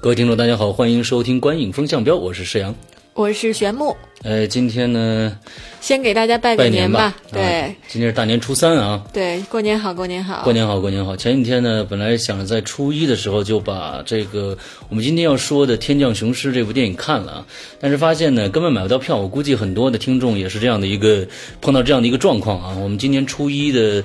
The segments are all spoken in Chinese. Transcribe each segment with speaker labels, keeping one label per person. Speaker 1: 各位听众，大家好，欢迎收听《观影风向标》，我是施阳。
Speaker 2: 我是玄木，
Speaker 1: 呃，今天呢，
Speaker 2: 先给大家拜个
Speaker 1: 拜年
Speaker 2: 吧。
Speaker 1: 啊
Speaker 2: 对、
Speaker 1: 今天是大年初三啊，
Speaker 2: 对，过年好，过年好。
Speaker 1: 过年好，过年好。前几天呢，本来想着在初一的时候就把这个我们今天要说的《天降雄狮》这部电影看了啊，但是发现呢，根本买不到票。我估计很多的听众也是这样的一个碰到这样的一个状况啊。我们今年初一的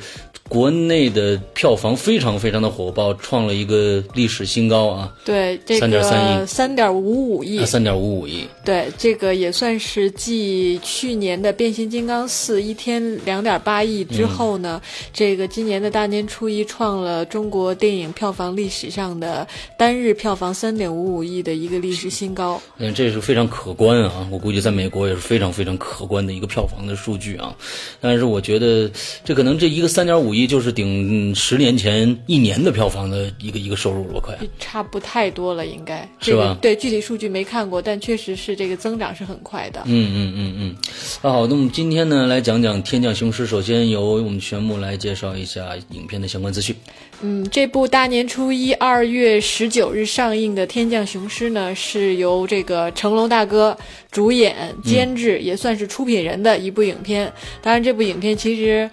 Speaker 1: 国内的票房非常非常的火爆，创了一个历史新高啊，
Speaker 2: 对，这
Speaker 1: 3.3亿啊
Speaker 2: 个三点五五亿，
Speaker 1: 三点五五亿。
Speaker 2: 对，这个也算是继去年的《变形金刚四》一天两点八亿之后呢，
Speaker 1: 嗯
Speaker 2: 这个今年的大年初一创了中国电影票房历史上的单日票房三点五五亿的一个历史新高。
Speaker 1: 嗯，这是非常可观啊！我估计在美国也是非常非常可观的一个票房的数据啊。但是我觉得，这可能这一个三点五亿就是顶十年前一年的票房的一个一个收入了，快。
Speaker 2: 差不太多了，应该
Speaker 1: 是
Speaker 2: 这个
Speaker 1: 吧
Speaker 2: 对，具体数据没看过，但确实是这个增长是很快的。
Speaker 1: 嗯嗯嗯嗯。啊，好，那我们今天呢来讲讲《天降雄狮》，首先由我们玄牧来介绍一下影片的相关资讯。
Speaker 2: 嗯，这部大年初一二月十九日上映的《天降雄狮》呢，是由这个成龙大哥主演、监制，也算是出品人的一部影片。当然，这部影片其实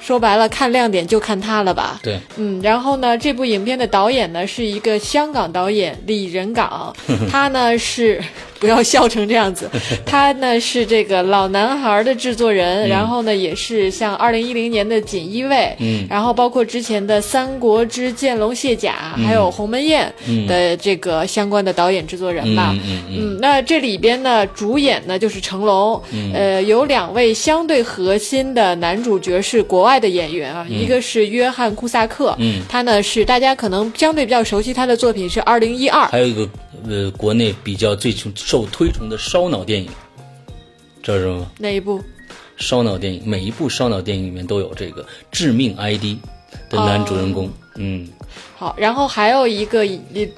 Speaker 2: 说白了，看亮点就看他了吧。
Speaker 1: 对，
Speaker 2: 嗯，然后呢，这部影片的导演呢是一个香港导演李仁港，他呢是不要笑成这样子，他呢是这个《老男孩》的制作人，然后呢也是像二零一零年的《锦衣卫》，
Speaker 1: 嗯
Speaker 2: 然后包括之前的《三国之剑龙卸甲》还
Speaker 1: 嗯
Speaker 2: 有《鸿门宴》的这个相关的导演制作人吧。
Speaker 1: 嗯嗯嗯。
Speaker 2: 嗯，那这里边呢，主演呢就是成龙，
Speaker 1: 嗯
Speaker 2: 呃，有两位相对核心的男主角是国外的演员啊，一个是约翰库萨克，
Speaker 1: 嗯
Speaker 2: 他呢是大家可能相对比较熟悉他的作品是《二零一二》，
Speaker 1: 还有一个呃，国内比较最受推崇的烧脑电影，知道是什么吗？
Speaker 2: 那一部？
Speaker 1: 烧脑电影，每一部烧脑电影里面都有这个致命 ID 的男主人公。
Speaker 2: 哦
Speaker 1: 嗯，
Speaker 2: 好，然后还有一个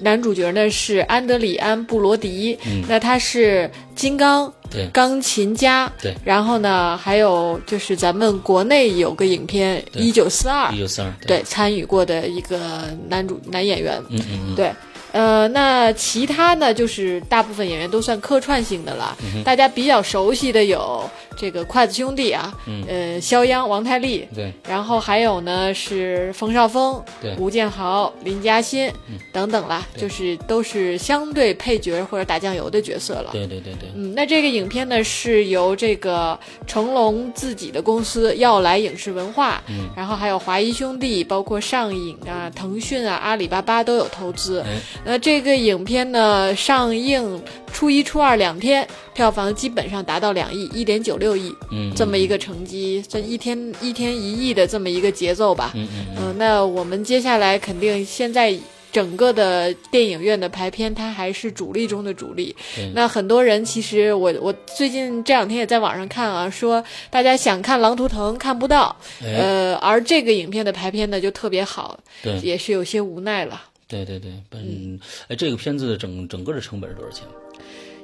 Speaker 2: 男主角呢是安德里安·布罗迪，那他是金刚。
Speaker 1: 嗯对，
Speaker 2: 钢琴家，
Speaker 1: 对
Speaker 2: 然后呢，还有就是咱们国内有个影片《一九四二》
Speaker 1: 一，九三二。
Speaker 2: 啊对，参与过的一个男主男演员，
Speaker 1: 嗯嗯
Speaker 2: 对。呃，那其他呢，就是大部分演员都算客串性的了。
Speaker 1: 嗯
Speaker 2: 大家比较熟悉的有这个筷子兄弟啊，呃，肖央、王太利，
Speaker 1: 嗯，对，
Speaker 2: 然后还有呢是冯绍峰
Speaker 1: 对、嗯
Speaker 2: 吴建豪、林嘉欣、等等啦，就是都是相对配角或者打酱油的角色了。
Speaker 1: 对对对对。
Speaker 2: 嗯，那这个影片呢是由这个成龙自己的公司耀来影视文化，
Speaker 1: 嗯
Speaker 2: 然后还有华谊兄弟，包括上影啊、腾讯啊、阿里巴巴都有投资。
Speaker 1: 哎，
Speaker 2: 那这个影片呢上映初一、初二两天，票房基本上达到两亿、一点九六亿
Speaker 1: 嗯，
Speaker 2: 这么一个成绩，算一天一天一亿的这么一个节奏吧。
Speaker 1: 嗯嗯
Speaker 2: 嗯，那我们接下来肯定现在整个的电影院的排片，它还是主力中的主力
Speaker 1: 对。
Speaker 2: 那很多人其实我我最近这两天也在网上看啊，说大家想看《狼图腾》看不到，
Speaker 1: 嗯，哎，
Speaker 2: 呃，而这个影片的排片呢就特别好，
Speaker 1: 对
Speaker 2: 也是有些无奈了。
Speaker 1: 对对对，嗯，哎，这个片子的整整个的成本是多少钱？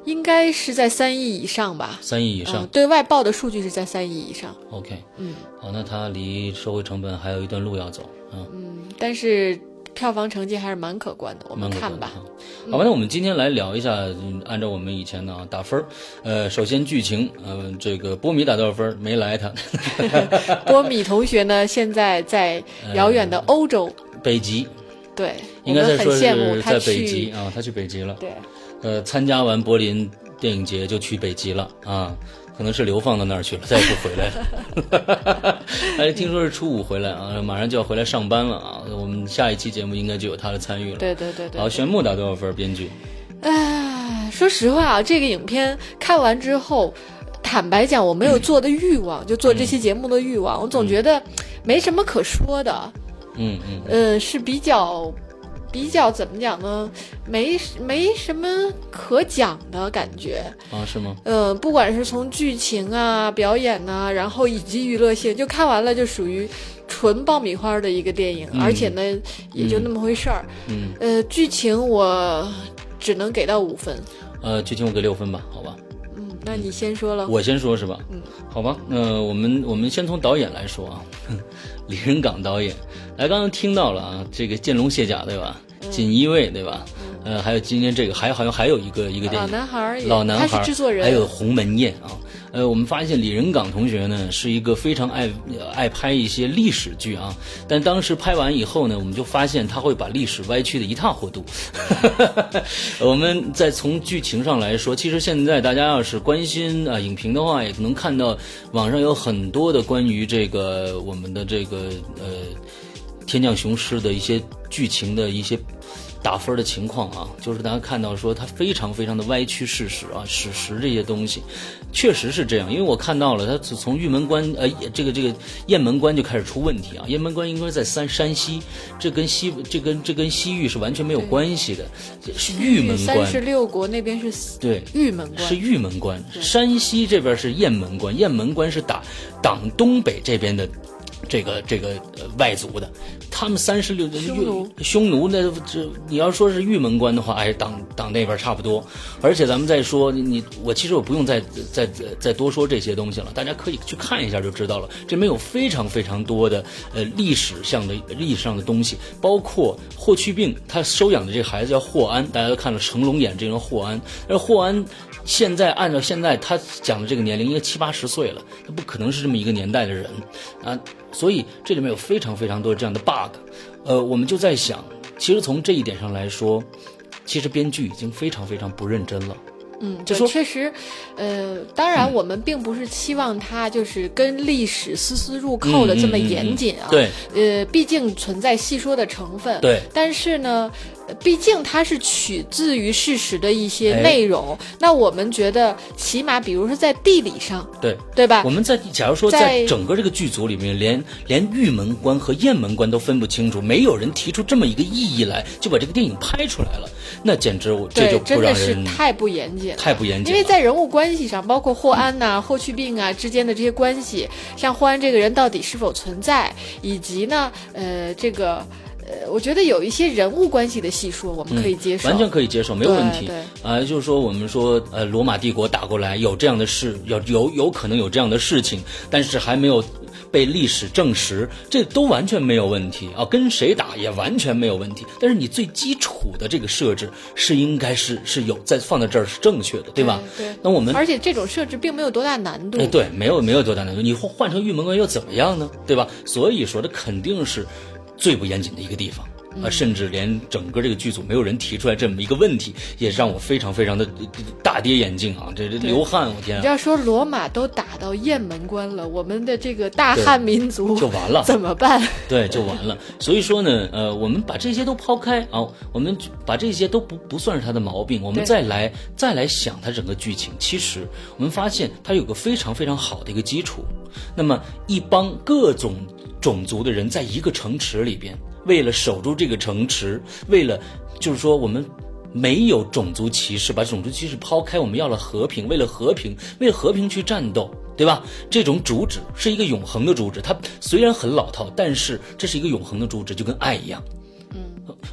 Speaker 2: 应该是在三亿以上吧，
Speaker 1: 三亿以
Speaker 2: 嗯
Speaker 1: 上。
Speaker 2: 对外报的数据是在三亿以上。
Speaker 1: OK，
Speaker 2: 嗯
Speaker 1: 好，那它离收回成本还有一段路要走啊。
Speaker 2: 嗯，但是票房成绩还是蛮可观的，我们
Speaker 1: 蛮可
Speaker 2: 看
Speaker 1: 观的
Speaker 2: 吧。嗯
Speaker 1: 哈。啊好吧，那我们今天来聊一下，嗯按照我们以前的啊打分儿。呃，首先剧情，呃，这个波米打多少分儿？没来他，
Speaker 2: 波米同学呢，现在在遥远的欧洲，
Speaker 1: 北极，
Speaker 2: 对，
Speaker 1: 哎应该
Speaker 2: 我
Speaker 1: 在
Speaker 2: 们很
Speaker 1: 说
Speaker 2: 羡慕
Speaker 1: 是
Speaker 2: 他
Speaker 1: 在
Speaker 2: 去
Speaker 1: 北极啊，他去北极了。
Speaker 2: 对，
Speaker 1: 呃，参加完柏林电影节就去北极了啊，可能是流放到那儿去了， 再也不回来了。 哎，听说是初五回来啊，马上就要回来上班了啊。我们下一期节目应该就有他的参与了。
Speaker 2: 对对对对
Speaker 1: 好，。玄牧打多少分儿？编剧
Speaker 2: 哎，说实话啊，这个影片看完之后，坦白讲，我没有做的欲望，就做这期节目的欲望，我总觉得没什么可说的，呃
Speaker 1: 嗯嗯，
Speaker 2: 嗯，是比较比较怎么讲呢？没没什么可讲的感觉。
Speaker 1: 啊，是吗？
Speaker 2: 嗯，不管是从剧情啊、表演呐、然后以及娱乐性，就看完了就属于纯爆米花的一个电影，而且呢也就那么回事儿。
Speaker 1: 嗯，
Speaker 2: 呃，剧情我只能给到五分。
Speaker 1: 呃，剧情我给六分吧，好吧。
Speaker 2: 嗯，那你先说了。
Speaker 1: 我先说是吧？
Speaker 2: 嗯，
Speaker 1: 好吧。那我们我们先从导演来说啊， 李仁港导演。来，哎刚刚听到了啊，这个《见龙卸甲》对吧？
Speaker 2: 嗯
Speaker 1: 锦衣卫对吧？呃，还有今天这个还好像还有一个一个电
Speaker 2: 老
Speaker 1: 影。
Speaker 2: 男孩儿也，
Speaker 1: 老男孩
Speaker 2: 他
Speaker 1: 儿，
Speaker 2: 是制作人，
Speaker 1: 还有鸿门宴啊。呃，我们发现李仁港同学呢是一个非常爱、呃爱拍一些历史剧啊，但当时拍完以后呢，我们就发现他会把历史歪曲的一塌糊涂。 我们再从剧情上来说，其实现在大家要是关心啊、影评的话，也能看到网上有很多的关于这个我们的这个呃天降雄狮的一些剧情的一些打分的情况啊，就是大家看到说它非常非常的歪曲事实啊、史实这些东西，确实是这样。因为我看到了，它自从玉门关呃这个这个雁门关就开始出问题啊，雁门关应该在山山西，这跟西这跟这跟西域是完全没有关系的，这是玉门
Speaker 2: 三十
Speaker 1: 关
Speaker 2: 六国那边是
Speaker 1: 对。
Speaker 2: 玉门
Speaker 1: 是
Speaker 2: 关，
Speaker 1: 玉门关，山西这边是雁门关，雁门关是打党东北这边的。这个这个呃外族的，他们三十六
Speaker 2: 匈奴
Speaker 1: 匈奴那这你要说是玉门关的话，哎，党党那边差不多。而且咱们再说你我其实我不用再再再再多说这些东西了，大家可以去看一下就知道了。这里面有非常非常多的呃历史上的历史上的东西，包括霍去病他收养的这个孩子叫霍安，大家都看了成龙演这个人霍安，而霍安现在按照现在他讲的这个年龄，应该七八十岁了，他不可能是这么一个年代的人啊。所以这里面有非常非常多这样的 bug，呃，我们就在想，其实从这一点上来说，其实编剧已经非常非常不认真了。
Speaker 2: 嗯，
Speaker 1: 就
Speaker 2: 对
Speaker 1: 说嗯
Speaker 2: 确实，呃，当然我们并不是期望它就是跟历史丝丝入扣的
Speaker 1: 嗯
Speaker 2: 这么
Speaker 1: 嗯嗯
Speaker 2: 严谨啊，
Speaker 1: 对
Speaker 2: 呃，毕竟存在戏说的成分，
Speaker 1: 对，
Speaker 2: 但是呢，呃毕竟它是取自于事实的一些
Speaker 1: 哎
Speaker 2: 内容，那我们觉得起码，比如说在地理上，
Speaker 1: 对，
Speaker 2: 对吧
Speaker 1: 我？们在假如说
Speaker 2: 在
Speaker 1: 在整个这个剧组里面，连连玉门关和雁门关都分不清楚，没有人提出这么一个意义来，就把这个电影拍出来了，那简直我这
Speaker 2: 对
Speaker 1: 就，不
Speaker 2: 真的
Speaker 1: 让
Speaker 2: 是
Speaker 1: 人
Speaker 2: 太不严谨了。
Speaker 1: 太不严谨
Speaker 2: 因
Speaker 1: 了。
Speaker 2: 为在人物关系上，包括霍安呐、霍去病啊之间的这些关系，像霍安这个人到底是否存在，以及呢，呃，这个，呃，我觉得有一些人物关系的细说，我们可以接
Speaker 1: 嗯
Speaker 2: 受。
Speaker 1: 完全可以接受，没有问题
Speaker 2: 对。
Speaker 1: 啊、就是说我们说，呃，罗马帝国打过来有这样的事，有有有可能有这样的事情，但是还没有被历史证实，这都完全没有问题啊。跟谁打也完全没有问题，但是你最基础的这个设置是应该是是有在放在这儿是正确的，对吧？
Speaker 2: 对对
Speaker 1: 那我们
Speaker 2: 而且这种设置并没有多大难度。
Speaker 1: 哎，对，没有没有多大难度，你换换成玉门关又怎么样呢？对吧？所以说，这肯定是最不严谨的一个地方。啊，甚至连整个这个剧组没有人提出来这么一个问题，也让我非常非常的大跌眼镜啊！这这流汗，我天
Speaker 2: 你
Speaker 1: 啊、
Speaker 2: 要说罗马都打到雁门关了，我们的这个大汉民族
Speaker 1: 就完了
Speaker 2: 怎么办？
Speaker 1: 对，就完了。所以说呢，呃，我们把这些都抛开啊，我们把这些都不不算是他的毛病，我们
Speaker 2: 对
Speaker 1: 再来再来想他整个剧情。其实我们发现他有个非常非常好的一个基础。那么一帮各种种族的人在一个城池里边，为了守住这个城池，为了就是说我们。没有种族歧视，把种族歧视抛开，我们要了和平，为了和平，为了和平去战斗，对吧？这种主旨是一个永恒的主旨，它虽然很老套，但是这是一个永恒的主旨，就跟爱一样。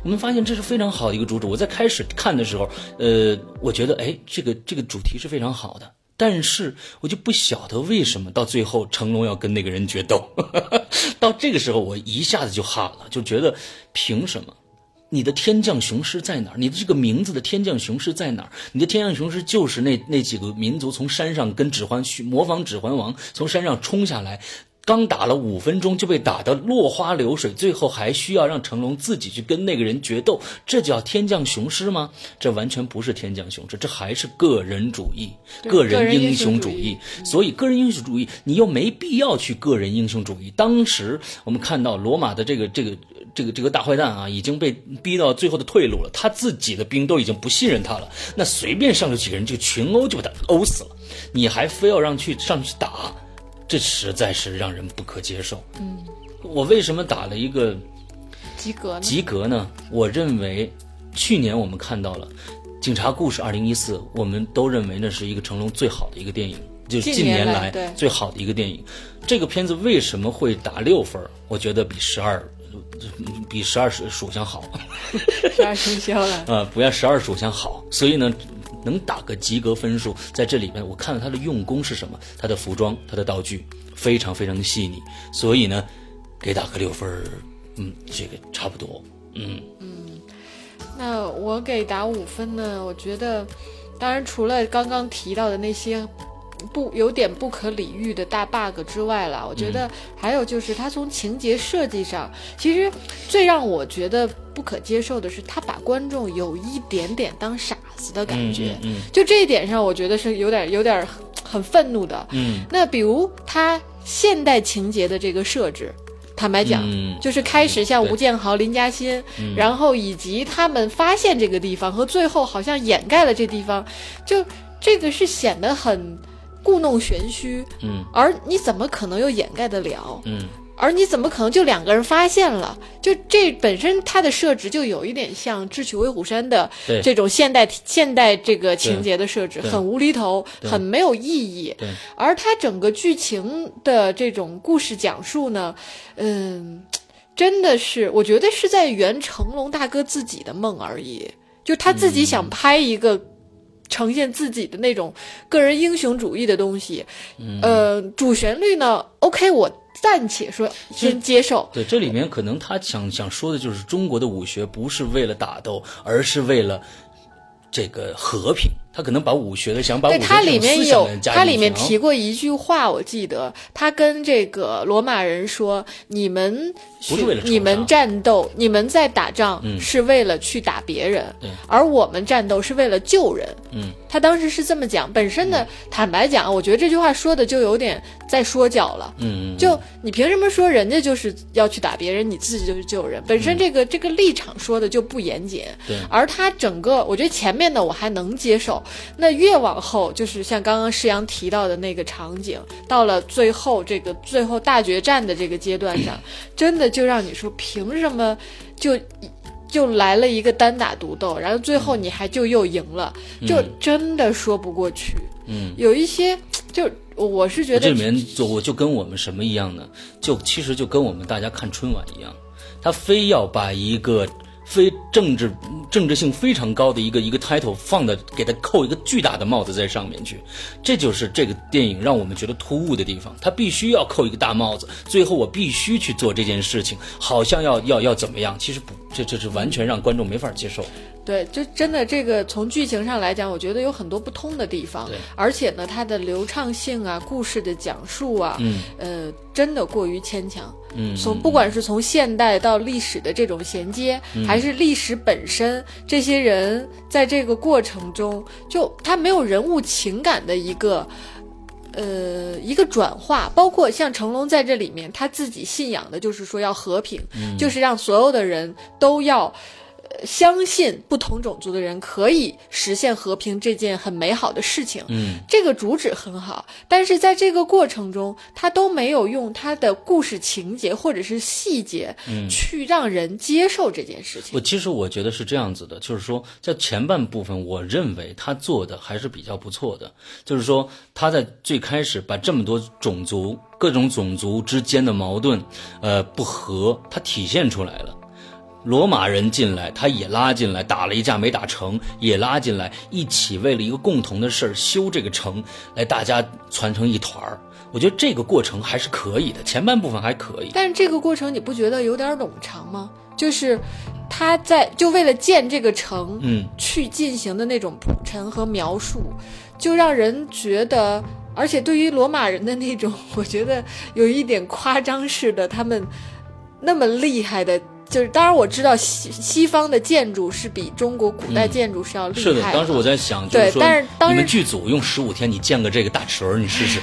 Speaker 1: 我们发现这是非常好的一个主旨。我在开始看的时候，呃，我觉得哎，这个这个主题是非常好的。但是我就不晓得为什么到最后成龙要跟那个人决斗， 到这个时候我一下子就哈了，就觉得凭什么？你的天降雄狮在哪儿？你的这个名字的天降雄狮在哪儿？你的天降雄狮就是那那几个民族从山上跟指环虚模仿指环王从山上冲下来，刚打了五分钟就被打得落花流水，最后还需要让成龙自己去跟那个人决斗，这叫天降雄狮吗？这完全不是天降雄狮，这还是个人主义、
Speaker 2: 对
Speaker 1: 个
Speaker 2: 个
Speaker 1: 人
Speaker 2: 人
Speaker 1: 英
Speaker 2: 英
Speaker 1: 雄
Speaker 2: 雄
Speaker 1: 主
Speaker 2: 主
Speaker 1: 义
Speaker 2: 义。
Speaker 1: 所以个人英雄主义，你又没必要去个人英雄主义。当时我们看到罗马的这个这个这个这个大坏蛋啊，已经被逼到最后的退路了，他自己的兵都已经不信任他了，那随便上去几个人就群殴就把他殴死了，你还非要让去上去打，这实在是让人不可接受。嗯，我为什么打了一个？
Speaker 2: 及格呢？
Speaker 1: 及格呢？我认为去年我们看到了《警察故事2014》，我们都认为那是一个成龙最好的一个电影，就是
Speaker 2: 近
Speaker 1: 近
Speaker 2: 年
Speaker 1: 年
Speaker 2: 来对
Speaker 1: 最好的一个电影。这个片子为什么会打六分儿？我觉得比十二。比十二属相好，
Speaker 2: 十二生肖了，
Speaker 1: 呃，不要十二属相好，所以呢，能打个及格分数，在这里面我看了他的用功是什么，他的服装、他的道具非常非常的细腻，所以呢，给打个六分儿，嗯，这个差不多，嗯，
Speaker 2: 那我给打五分呢？我觉得，当然除了刚刚提到的那些。不，有点不可理喻的大 bug 之外了，我觉得还有就是它从情节设计上，其实最让我觉得不可接受的是，它把观众有一点点当傻子的感觉。
Speaker 1: 嗯嗯
Speaker 2: 就这一点上，我觉得是有点有点很很愤怒的。
Speaker 1: 嗯，
Speaker 2: 那比如它现代情节的这个设置，坦白讲，
Speaker 1: 嗯
Speaker 2: 就是开始像
Speaker 1: 对嗯
Speaker 2: 吴建豪、林嘉欣，然后以及他们发现这个地方和最后好像掩盖了这地方，就这个是显得很故弄玄虚。
Speaker 1: 嗯，
Speaker 2: 而你怎么可能又掩盖得了？
Speaker 1: 嗯
Speaker 2: 而你怎么可能就两个人发现了？就这本身它的设置就有一点像《智取威虎山》的
Speaker 1: 对
Speaker 2: 这种现代现代这个情节的设置，
Speaker 1: 对
Speaker 2: 很无厘头，很没有意义。
Speaker 1: 对，
Speaker 2: 而它整个剧情的这种故事讲述呢，嗯，真的是我觉得是在圆成龙大哥自己的梦而已，就他自己想拍一个呈现自己的那种个人英雄主义的东西。呃，主旋律呢，OK，我暂且说先接受。
Speaker 1: 对，这里面可能他想想说的就是中国的武学不是为了打斗，而是为了这个和平。他可能把武学的想把武
Speaker 2: 对，
Speaker 1: 学
Speaker 2: 它
Speaker 1: 这
Speaker 2: 里
Speaker 1: 种
Speaker 2: 面
Speaker 1: 思想
Speaker 2: 有
Speaker 1: 呢，加
Speaker 2: 它
Speaker 1: 进
Speaker 2: 里面
Speaker 1: 去啊
Speaker 2: 提过一句话，我记得他跟这个罗马人说：“你们
Speaker 1: 不是为了嗯
Speaker 2: 你们
Speaker 1: 仇杀
Speaker 2: 战斗，你们在打仗是为了去打别人，而我们战斗是为了救人。”
Speaker 1: 嗯，
Speaker 2: 他当时是这么讲。本身呢，坦白讲，我觉得这句话说的就有点在说教了。
Speaker 1: 嗯，嗯
Speaker 2: 就你凭什么说人家就是要去打别人，你自己就是救人？本身这个、这个立场说的就不严谨，
Speaker 1: 嗯对
Speaker 2: 而他整个，我觉得前面的我还能接受，那越往后就是像刚刚施阳提到的那个场景，到了最后这个最后大决战的这个阶段上， 真的就让你说凭什么就就来了一个单打独斗，然后最后你还就又赢了，就真的说不过去。
Speaker 1: 嗯，
Speaker 2: 有一些就我是觉
Speaker 1: 这
Speaker 2: 得
Speaker 1: 里面就我就跟我们什么一样呢？就其实就跟我们大家看春晚一样，他非要把一个非政治政治性非常高的一个一个 title 放的，给他扣一个巨大的帽子在上面去，这就是这个电影让我们觉得突兀的地方。他必须要扣一个大帽子，最后我必须去做这件事情，好像要要要怎么样？其实不，这这是完全让观众没法接受。
Speaker 2: 对，就真的这个从剧情上来讲，我觉得有很多不通的地方
Speaker 1: 对，
Speaker 2: 而且呢，它的流畅性啊、故事的讲述啊，
Speaker 1: 嗯
Speaker 2: 呃，真的过于牵强。
Speaker 1: 嗯，嗯
Speaker 2: 从不管是从现代到历史的这种衔接，还是历史本身，这些人在这个过程中，就他没有人物情感的一个。呃，一个转化，包括像成龙在这里面，他自己信仰的就是说要和平，
Speaker 1: 嗯
Speaker 2: 就是让所有的人都要、呃相信不同种族的人可以实现和平这件很美好的事情。
Speaker 1: 嗯
Speaker 2: 这个主旨很好，但是在这个过程中，他都没有用他的故事情节或者是细节，去让人接受这件事情。
Speaker 1: 嗯我其实我觉得是这样子的，就是说在前半部分，我认为他做的还是比较不错的，就是说他在最开始把这么多种族、各种种族之间的矛盾，呃不和，他体现出来了。罗马人进来，他也拉进来，打了一架没打成，也拉进来，一起为了一个共同的事儿修这个城，来大家攒成一团儿。我觉得这个过程还是可以的，前半部分还可以。
Speaker 2: 但是这个过程你不觉得有点冗长吗？就是他在就为了建这个城，
Speaker 1: 嗯，
Speaker 2: 去进行的那种铺陈和描述，就让人觉得，而且对于罗马人的那种，我觉得有一点夸张式的，他们那么厉害的。就是，当然我知道西西方的建筑是比中国古代建筑是要厉害
Speaker 1: 嗯是的，当时我在想，就
Speaker 2: 对
Speaker 1: 是说，
Speaker 2: 但是当
Speaker 1: 你们
Speaker 2: 时
Speaker 1: 剧组用十五天，你建个这个大齿轮，你试试。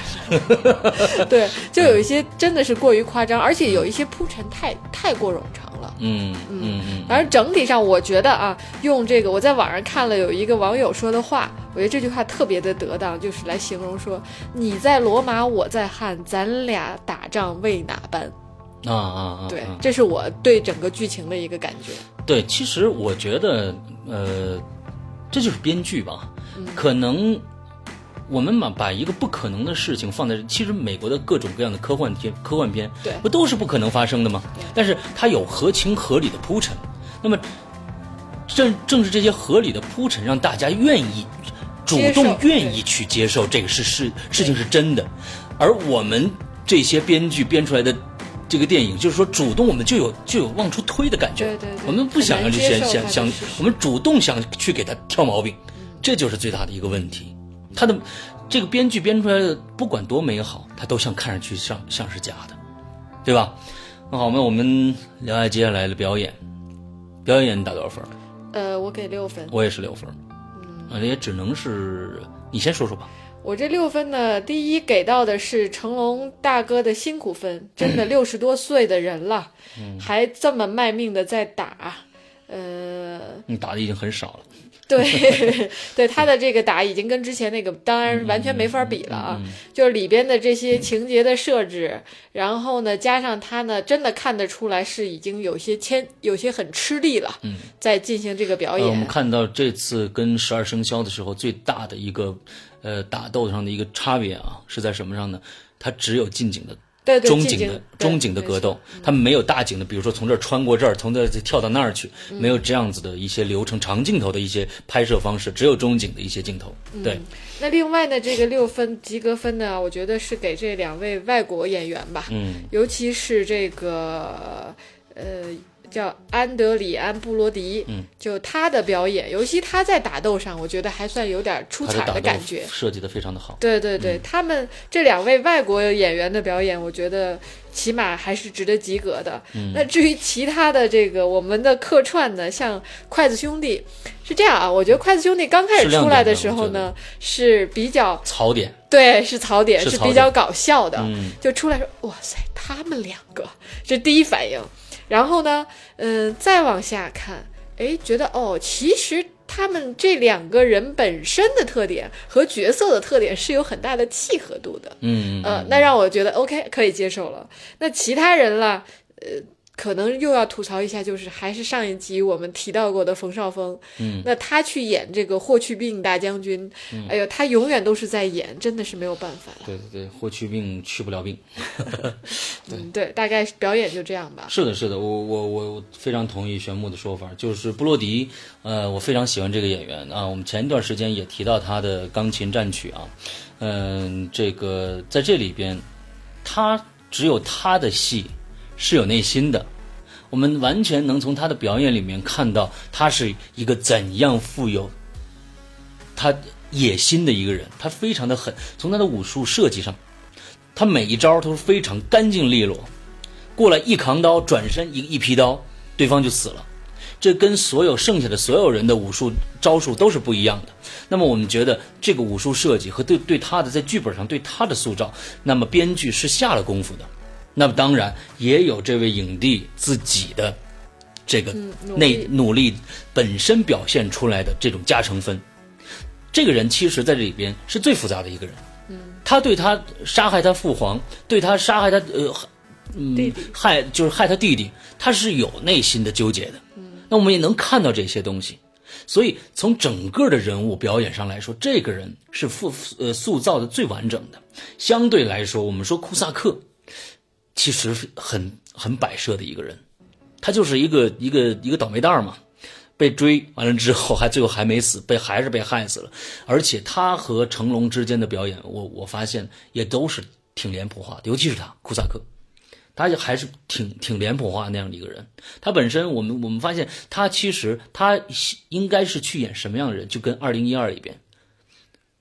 Speaker 2: 对，就有一些真的是过于夸张，而且有一些铺陈太太过冗长了。
Speaker 1: 嗯嗯嗯，
Speaker 2: 反正整体上，我觉得啊，用这个我在网上看了有一个网友说的话，我觉得这句话特别的得当，就是来形容说你在罗马，我在汉，咱俩打仗为哪般？
Speaker 1: 啊啊啊！
Speaker 2: 嗯对
Speaker 1: 啊，
Speaker 2: 这是我对整个剧情的一个感觉。
Speaker 1: 对，其实我觉得，呃，这就是编剧吧。
Speaker 2: 嗯
Speaker 1: 可能我们把把一个不可能的事情放在，其实美国的各种各样的科幻片、科幻片，
Speaker 2: 对
Speaker 1: 不都是不可能发生的吗？但是它有合情合理的铺陈。那么正正是这些合理的铺陈，让大家愿意主
Speaker 2: 接受
Speaker 1: 动
Speaker 2: 对
Speaker 1: 愿意去接受这个是事事情是真的，而我们这些编剧编出来的。这个电影就是说，主动我们就有就有往出推的感觉，
Speaker 2: 对对对
Speaker 1: 我们不想让这些
Speaker 2: 很难接受
Speaker 1: 想想
Speaker 2: 它的事实
Speaker 1: 我们主动想去给他挑毛病，这就是最大的一个问题。他的这个编剧编出来的，不管多美好，它都像看上去像像是假的，对吧？那好，那我们聊一下接下来的表演。表演你打多少分？
Speaker 2: 呃，我给六分。
Speaker 1: 我也是六分。嗯，也只能是你先说说吧。
Speaker 2: 我这六分呢，第一给到的是成龙大哥的辛苦分，真 的六十多岁的人了，
Speaker 1: 嗯
Speaker 2: 还这么卖命的在打，呃，
Speaker 1: 你打的已经很少了。
Speaker 2: 对对，他的这个打已经跟之前那个当然完全没
Speaker 1: 嗯
Speaker 2: 法比了啊，就是里边的这些情节的设置，然后呢加上他呢真的看得出来是已经有些牵有些很吃力了，在进行这个
Speaker 1: 嗯
Speaker 2: 表
Speaker 1: 呃，我们
Speaker 2: 演，
Speaker 1: 看到这次跟十二生肖的时候，最大的一个呃打斗上的一个差别啊，是在什么上呢？它只有近景的
Speaker 2: 对对，
Speaker 1: 中
Speaker 2: 进
Speaker 1: 景
Speaker 2: 行
Speaker 1: 的
Speaker 2: 对
Speaker 1: 中景的
Speaker 2: 没
Speaker 1: 格
Speaker 2: 错嗯
Speaker 1: 斗，他们没有大景的，比如说从这儿穿过这儿，从这儿跳到那儿去，没有这样子的一些流程，长镜头的一些拍摄方式，只有中景的一些镜头。
Speaker 2: 嗯
Speaker 1: 对，
Speaker 2: 那另外呢，这个六分及格分呢，我觉得是给这两位外国演员吧，
Speaker 1: 嗯，
Speaker 2: 尤其是这个呃叫安德里安布罗迪，
Speaker 1: 嗯，
Speaker 2: 就他的表演，尤其他在打斗上，我觉得还算有点出
Speaker 1: 他
Speaker 2: 彩
Speaker 1: 打
Speaker 2: 的
Speaker 1: 斗
Speaker 2: 感觉。
Speaker 1: 设计的非常的好。
Speaker 2: 对对对，他们这两位外国演员的表演，我觉得起码还是值得及格的。
Speaker 1: 嗯
Speaker 2: 那至于其他的这个我们的客串呢，像筷子兄弟是这样啊，我觉得筷子兄弟刚开
Speaker 1: 是
Speaker 2: 始
Speaker 1: 亮
Speaker 2: 出来
Speaker 1: 点
Speaker 2: 的
Speaker 1: 吧
Speaker 2: 时
Speaker 1: 我
Speaker 2: 候
Speaker 1: 觉得
Speaker 2: 呢，是比较
Speaker 1: 槽点，
Speaker 2: 对，是槽点，
Speaker 1: 是
Speaker 2: 是
Speaker 1: 槽
Speaker 2: 比
Speaker 1: 点
Speaker 2: 较搞笑的，
Speaker 1: 嗯
Speaker 2: 就出来说，哇塞，他们两个，这第一反应。然后呢，嗯、再往下看，哎，觉得哦，其实他们这两个人本身的特点和角色的特点是有很大的契合度的，
Speaker 1: 嗯，嗯
Speaker 2: 呃，那让我觉得 OK 可以接受了。那其他人啦，呃，可能又要吐槽一下，就是还是上一集我们提到过的冯绍峰，
Speaker 1: 嗯，
Speaker 2: 那他去演这个霍去病大将军，哎呦，他永远都是在演，真的是没有办法了。
Speaker 1: 对对对，霍去病去不了病。
Speaker 2: 嗯，对，大概表演就这样吧。
Speaker 1: 是的，是的，我我我我非常同意玄牧的说法，就是布洛迪，呃，我非常喜欢这个演员啊。我们前一段时间也提到他的钢琴战曲啊，嗯、这个在这里边，他只有他的戏是有内心的，我们完全能从他的表演里面看到他是一个怎样富有他野心的一个人，他非常的狠，从他的武术设计上，他每一招都是非常干净利落。过来一扛刀，转身一一劈刀，对方就死了。这跟所有剩下的所有人的武术招数都是不一样的。那么我们觉得这个武术设计和对对他的在剧本上对他的塑造，那么编剧是下了功夫的。那么当然也有这位影帝自己的这个
Speaker 2: 嗯努
Speaker 1: 内
Speaker 2: 力
Speaker 1: 努力本身表现出来的这种加成分。这个人其实在这里边是最复杂的一个人。
Speaker 2: 嗯
Speaker 1: 他对他杀害他父皇，对他杀害他呃
Speaker 2: 弟弟，
Speaker 1: 害就是害他弟弟，他是有内心的纠结的。
Speaker 2: 嗯
Speaker 1: 那我们也能看到这些东西，所以从整个的人物表演上来说，这个人是塑呃塑造的最完整的。相对来说，我们说库萨克其实是很很摆设的一个人，他就是一个一个一个倒霉蛋儿嘛。被追完了之后，还最后还没死，被还是被害死了。而且他和成龙之间的表演，我我发现也都是挺脸谱化的，尤其是他库萨克，他也还是挺挺脸谱化那样的一个人。他本身，我们我们发现他其实他应该是去演什么样的人，就跟《二零一二》里边，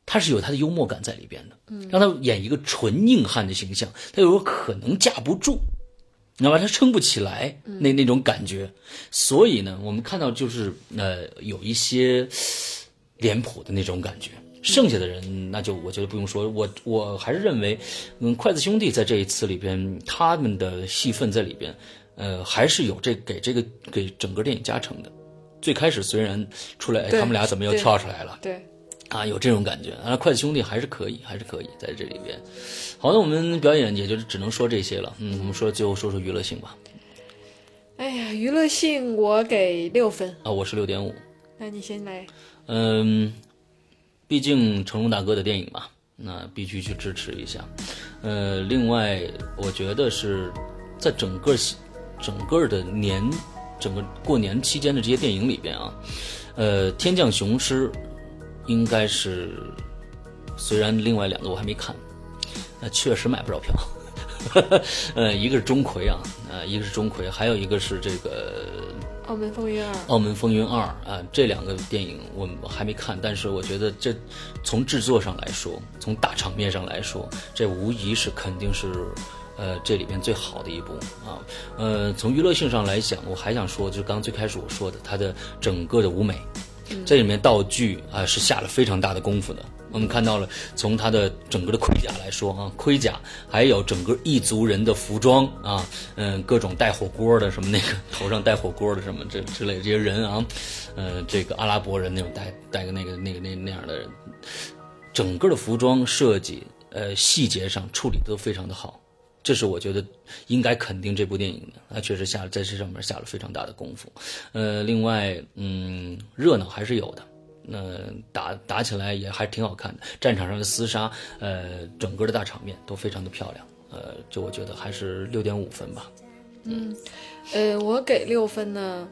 Speaker 1: 他是有他的幽默感在里边的。
Speaker 2: 嗯
Speaker 1: 让他演一个纯硬汉的形象，他有时候可能架不住，你知道吧？他撑不起来
Speaker 2: 嗯
Speaker 1: 那那种感觉。所以呢，我们看到就是呃有一些嘶脸谱的那种感觉。剩下的人，那就我觉得不用说，我我还是认为，嗯，筷子兄弟在这一次里边，他们的戏份在里边，呃，还是有这给这个给整个电影加成的。最开始虽然出来，哎
Speaker 2: 对
Speaker 1: 他们俩怎么又
Speaker 2: 对
Speaker 1: 跳出来了？
Speaker 2: 对，
Speaker 1: 啊，有这种感觉啊！筷子兄弟还是可以，还是可以在这里边。好，那我们表演也就只能说这些了。嗯，我们说最后说说娱乐性吧。
Speaker 2: 哎呀，娱乐性我给六分，
Speaker 1: 啊，我是六点五。
Speaker 2: 那你先来。
Speaker 1: 嗯，毕竟成龙大哥的电影嘛，那必须去支持一下。呃，另外我觉得是在整个整个的年，整个过年期间的这些电影里边啊，呃，《天降雄狮》应该是，虽然另外两个我还没看，那确实买不着票。 呃，一个是钟馗啊，呃，一个是钟馗，还有一个是这个
Speaker 2: 澳门风云二，
Speaker 1: 《澳门风云二》啊，这两个电影我们还没看，但是我觉得这从制作上来说，从大场面上来说，这无疑是肯定是呃这里边最好的一部啊。呃，从娱乐性上来讲，我还想说，就是刚最开始我说的，它的整个的舞美，这里面道具啊、是下了非常大的功夫的。我们看到了，从它的整个的盔甲来说啊，盔甲还有整个异族人的服装啊，嗯，各种带火锅的什么那个头上带火锅的什么这之类的这些人啊，呃，这个阿拉伯人那种带带个那个那个那那样的人，整个的服装设计呃细节上处理都非常的好。这是我觉得应该肯定这部电影的，它确实下在这上面下了非常大的功夫。呃，另外，嗯，热闹还是有的，那、打打起来也还挺好看的，战场上的厮杀，呃，整个的大场面都非常的漂亮。呃，这我觉得还是六点五分吧。
Speaker 2: 呃，我给六分呢。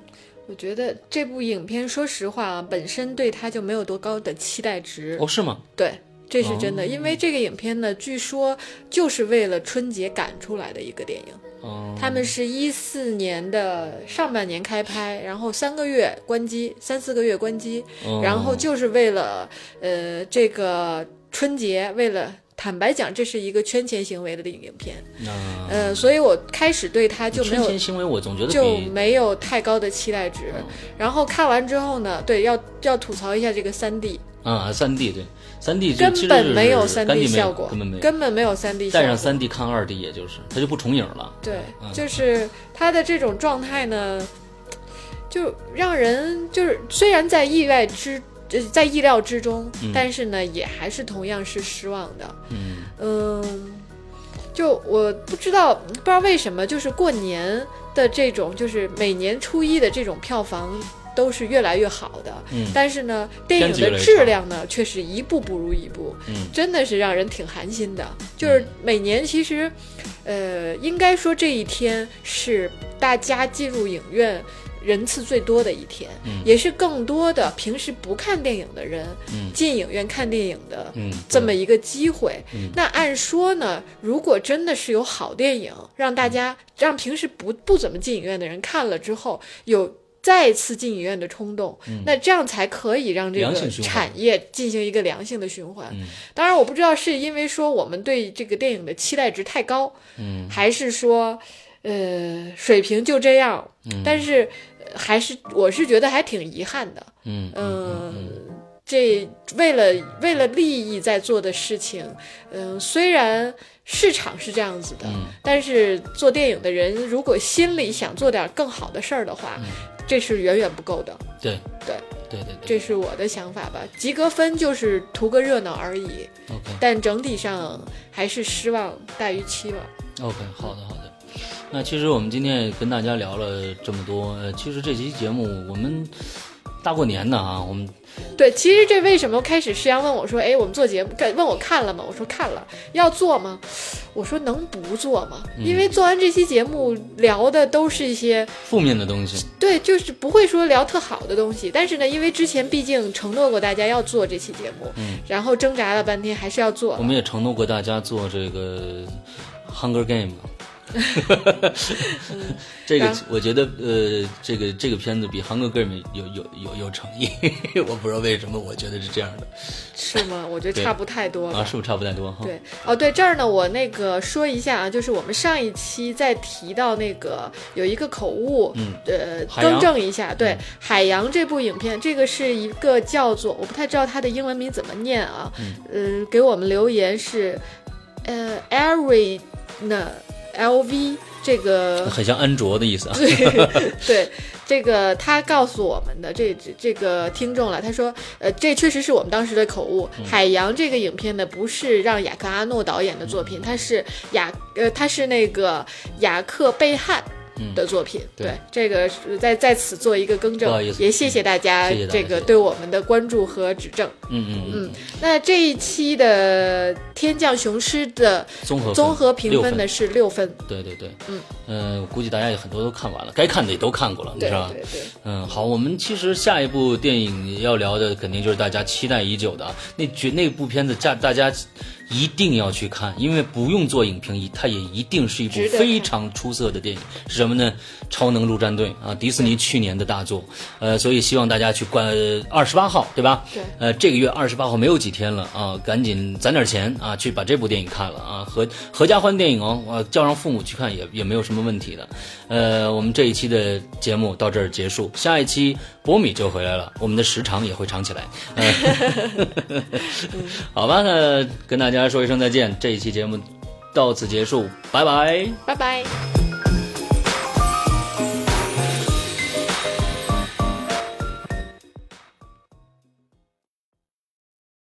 Speaker 2: 我觉得这部影片，说实话啊，本身对它就没有多高的期待值。
Speaker 1: 哦，是吗？
Speaker 2: 对，这是
Speaker 1: 哦
Speaker 2: 真的，因为这个影片呢，据说就是为了春节赶出来的一个电影。
Speaker 1: 哦、
Speaker 2: 他们是一四年的上半年开拍，然后三个月关机，三四个月关机，
Speaker 1: 哦
Speaker 2: 然后就是为了呃这个春节，为了坦白讲，这是一个圈钱行为的影片。
Speaker 1: 那、
Speaker 2: 呃，所以我开始对它就没
Speaker 1: 春
Speaker 2: 有
Speaker 1: 节行为，我总觉得
Speaker 2: 就
Speaker 1: 比哦
Speaker 2: 没有太高的期待值。然后看完之后呢，对，要要吐槽一下这个三 D，
Speaker 1: 啊三 D 对三 D
Speaker 2: 根本没有
Speaker 1: 三
Speaker 2: 三 D 效果，
Speaker 1: 根本没有。
Speaker 2: 根本没有三 D 效
Speaker 1: 带上
Speaker 2: 果。
Speaker 1: 三 D 看二 D，也就是它就不重影了。
Speaker 2: 对，
Speaker 1: 嗯
Speaker 2: 就是他的这种状态呢，就让人就是虽然在意外之。呃在意料之中，但是呢，也还是同样是失望的。
Speaker 1: 嗯
Speaker 2: 嗯，就我不知道，不知道为什么，就是过年的这种，就是每年初一的这种票房都是越来越好的，
Speaker 1: 嗯
Speaker 2: 但是呢，
Speaker 1: 片
Speaker 2: 电影
Speaker 1: 子越
Speaker 2: 的
Speaker 1: 来越
Speaker 2: 质
Speaker 1: 差
Speaker 2: 量呢，却是一步不如一步，
Speaker 1: 嗯
Speaker 2: 真的是让人挺寒心的。就是每年其实，呃，应该说这一天是大家进入影院。人次最多的一天，
Speaker 1: 嗯
Speaker 2: 也是更多的平时不看电影的人、
Speaker 1: 嗯
Speaker 2: 进影院看电影的
Speaker 1: 嗯，
Speaker 2: 这么一个机会。
Speaker 1: 嗯
Speaker 2: 那按说呢，如果真的是有好电影，让
Speaker 1: 嗯
Speaker 2: 大家让平时不不怎么进影院的人看了之后有。再次进影院的冲动，那这样才可以让这
Speaker 1: 嗯良
Speaker 2: 个
Speaker 1: 性循环
Speaker 2: 产业进行一个良性的循环。
Speaker 1: 嗯
Speaker 2: 当然，我不知道是因为说我们对这个电影的期待值太高，
Speaker 1: 嗯
Speaker 2: 还是说，呃，水平就这样。
Speaker 1: 嗯
Speaker 2: 但是呃还是我是觉得还挺遗憾的。
Speaker 1: 嗯
Speaker 2: 嗯，这为了为了利益在做的事情，嗯、虽然市场是这样子的，
Speaker 1: 嗯
Speaker 2: 但是做电影的人如果心里想做点更好的事儿的话，
Speaker 1: 嗯
Speaker 2: 这是远远不够的。
Speaker 1: 对
Speaker 2: 对
Speaker 1: 对对对
Speaker 2: 这是我的想法吧。及格分就是图个热闹而已，
Speaker 1: ，OK
Speaker 2: 但整体上还是失望大于期望。
Speaker 1: OK，好的好的。那其实我们今天也跟大家聊了这么多，呃，其实这期节目我们大过年的啊，我们
Speaker 2: 对，其实这为什么开始施阳问我说，哎，我们做节目，看问我看了吗？我说看了，要做吗？我说能不做吗？
Speaker 1: 嗯
Speaker 2: 因为做完这期节目聊的都是一些，
Speaker 1: 负面的东西，
Speaker 2: 对，就是不会说聊特好的东西，但是呢，因为之前毕竟承诺过大家要做这期节目，然后挣扎了半天还是要做
Speaker 1: 嗯我，们也承诺过大家做这个 Hunger Game 嘛。这个
Speaker 2: 然后
Speaker 1: 我觉得，呃，这个这个片子比《Hunger Game》有有有有诚意， 我不知道为什么，我觉得是这样的
Speaker 2: 是吗？我觉得
Speaker 1: 对
Speaker 2: 差不太多
Speaker 1: 啊，
Speaker 2: 了。
Speaker 1: 是不是差不太多哈？
Speaker 2: 对，哦，对，这儿呢，我那个说一下啊，就是我们上一期在提到那个有一个口误，
Speaker 1: 嗯
Speaker 2: 呃，
Speaker 1: 海洋嗯
Speaker 2: 更正一下，对，海洋》这部影片，这个是一个叫做我不太知道它的英文名怎么念啊，嗯、给我们留言是，呃 a r i n a LV 这个
Speaker 1: 很像安卓的意思啊。
Speaker 2: 对，这个他告诉我们的这这这个听众了，他说，呃，这确实是我们当时的口误。
Speaker 1: 嗯
Speaker 2: 海洋这个影片呢，不是让雅克阿诺导演的作品，它是雅呃，它是那个雅克贝汉。的作品，
Speaker 1: 嗯对
Speaker 2: 这个是在在此做一个更正
Speaker 1: 不好意，思嗯
Speaker 2: 也谢谢大家
Speaker 1: 谢谢大家
Speaker 2: 这
Speaker 1: 谢
Speaker 2: 个
Speaker 1: 谢
Speaker 2: 对我们的关注和指正。
Speaker 1: 嗯嗯嗯，
Speaker 2: 那这一期的《天降雄狮》的
Speaker 1: 综合分
Speaker 2: 综合评
Speaker 1: 六
Speaker 2: 分
Speaker 1: 分
Speaker 2: 呢是六分，
Speaker 1: 对对对，
Speaker 2: 嗯
Speaker 1: 呃，估计大家也很多都看完了，该看的也都看过了，你
Speaker 2: 对
Speaker 1: 知道吧
Speaker 2: 对？对。
Speaker 1: 嗯，好，我们其实下一部电影要聊的肯定就是大家期待已久的啊，那绝那部片子大大家一定要去看，因为不用做影评，一它也一定是一部
Speaker 2: 值得看
Speaker 1: 非常出色的电影。是什么呢？超能陆战队啊，迪士尼去年的大作，呃，所以希望大家去关呃二十八号，对吧？
Speaker 2: 对
Speaker 1: 呃，这个月二十八号没有几天了啊，赶紧攒点钱啊，去把这部电影看了啊，合合家欢电影哦，我、叫上父母去看也也没有什么问题的。呃，我们这一期的节目到这儿结束，下一期波米就回来了，我们的时长也会长起来。呃、 好吧，那跟大家说一声再见，这一期节目到此结束，拜拜。
Speaker 2: 拜拜。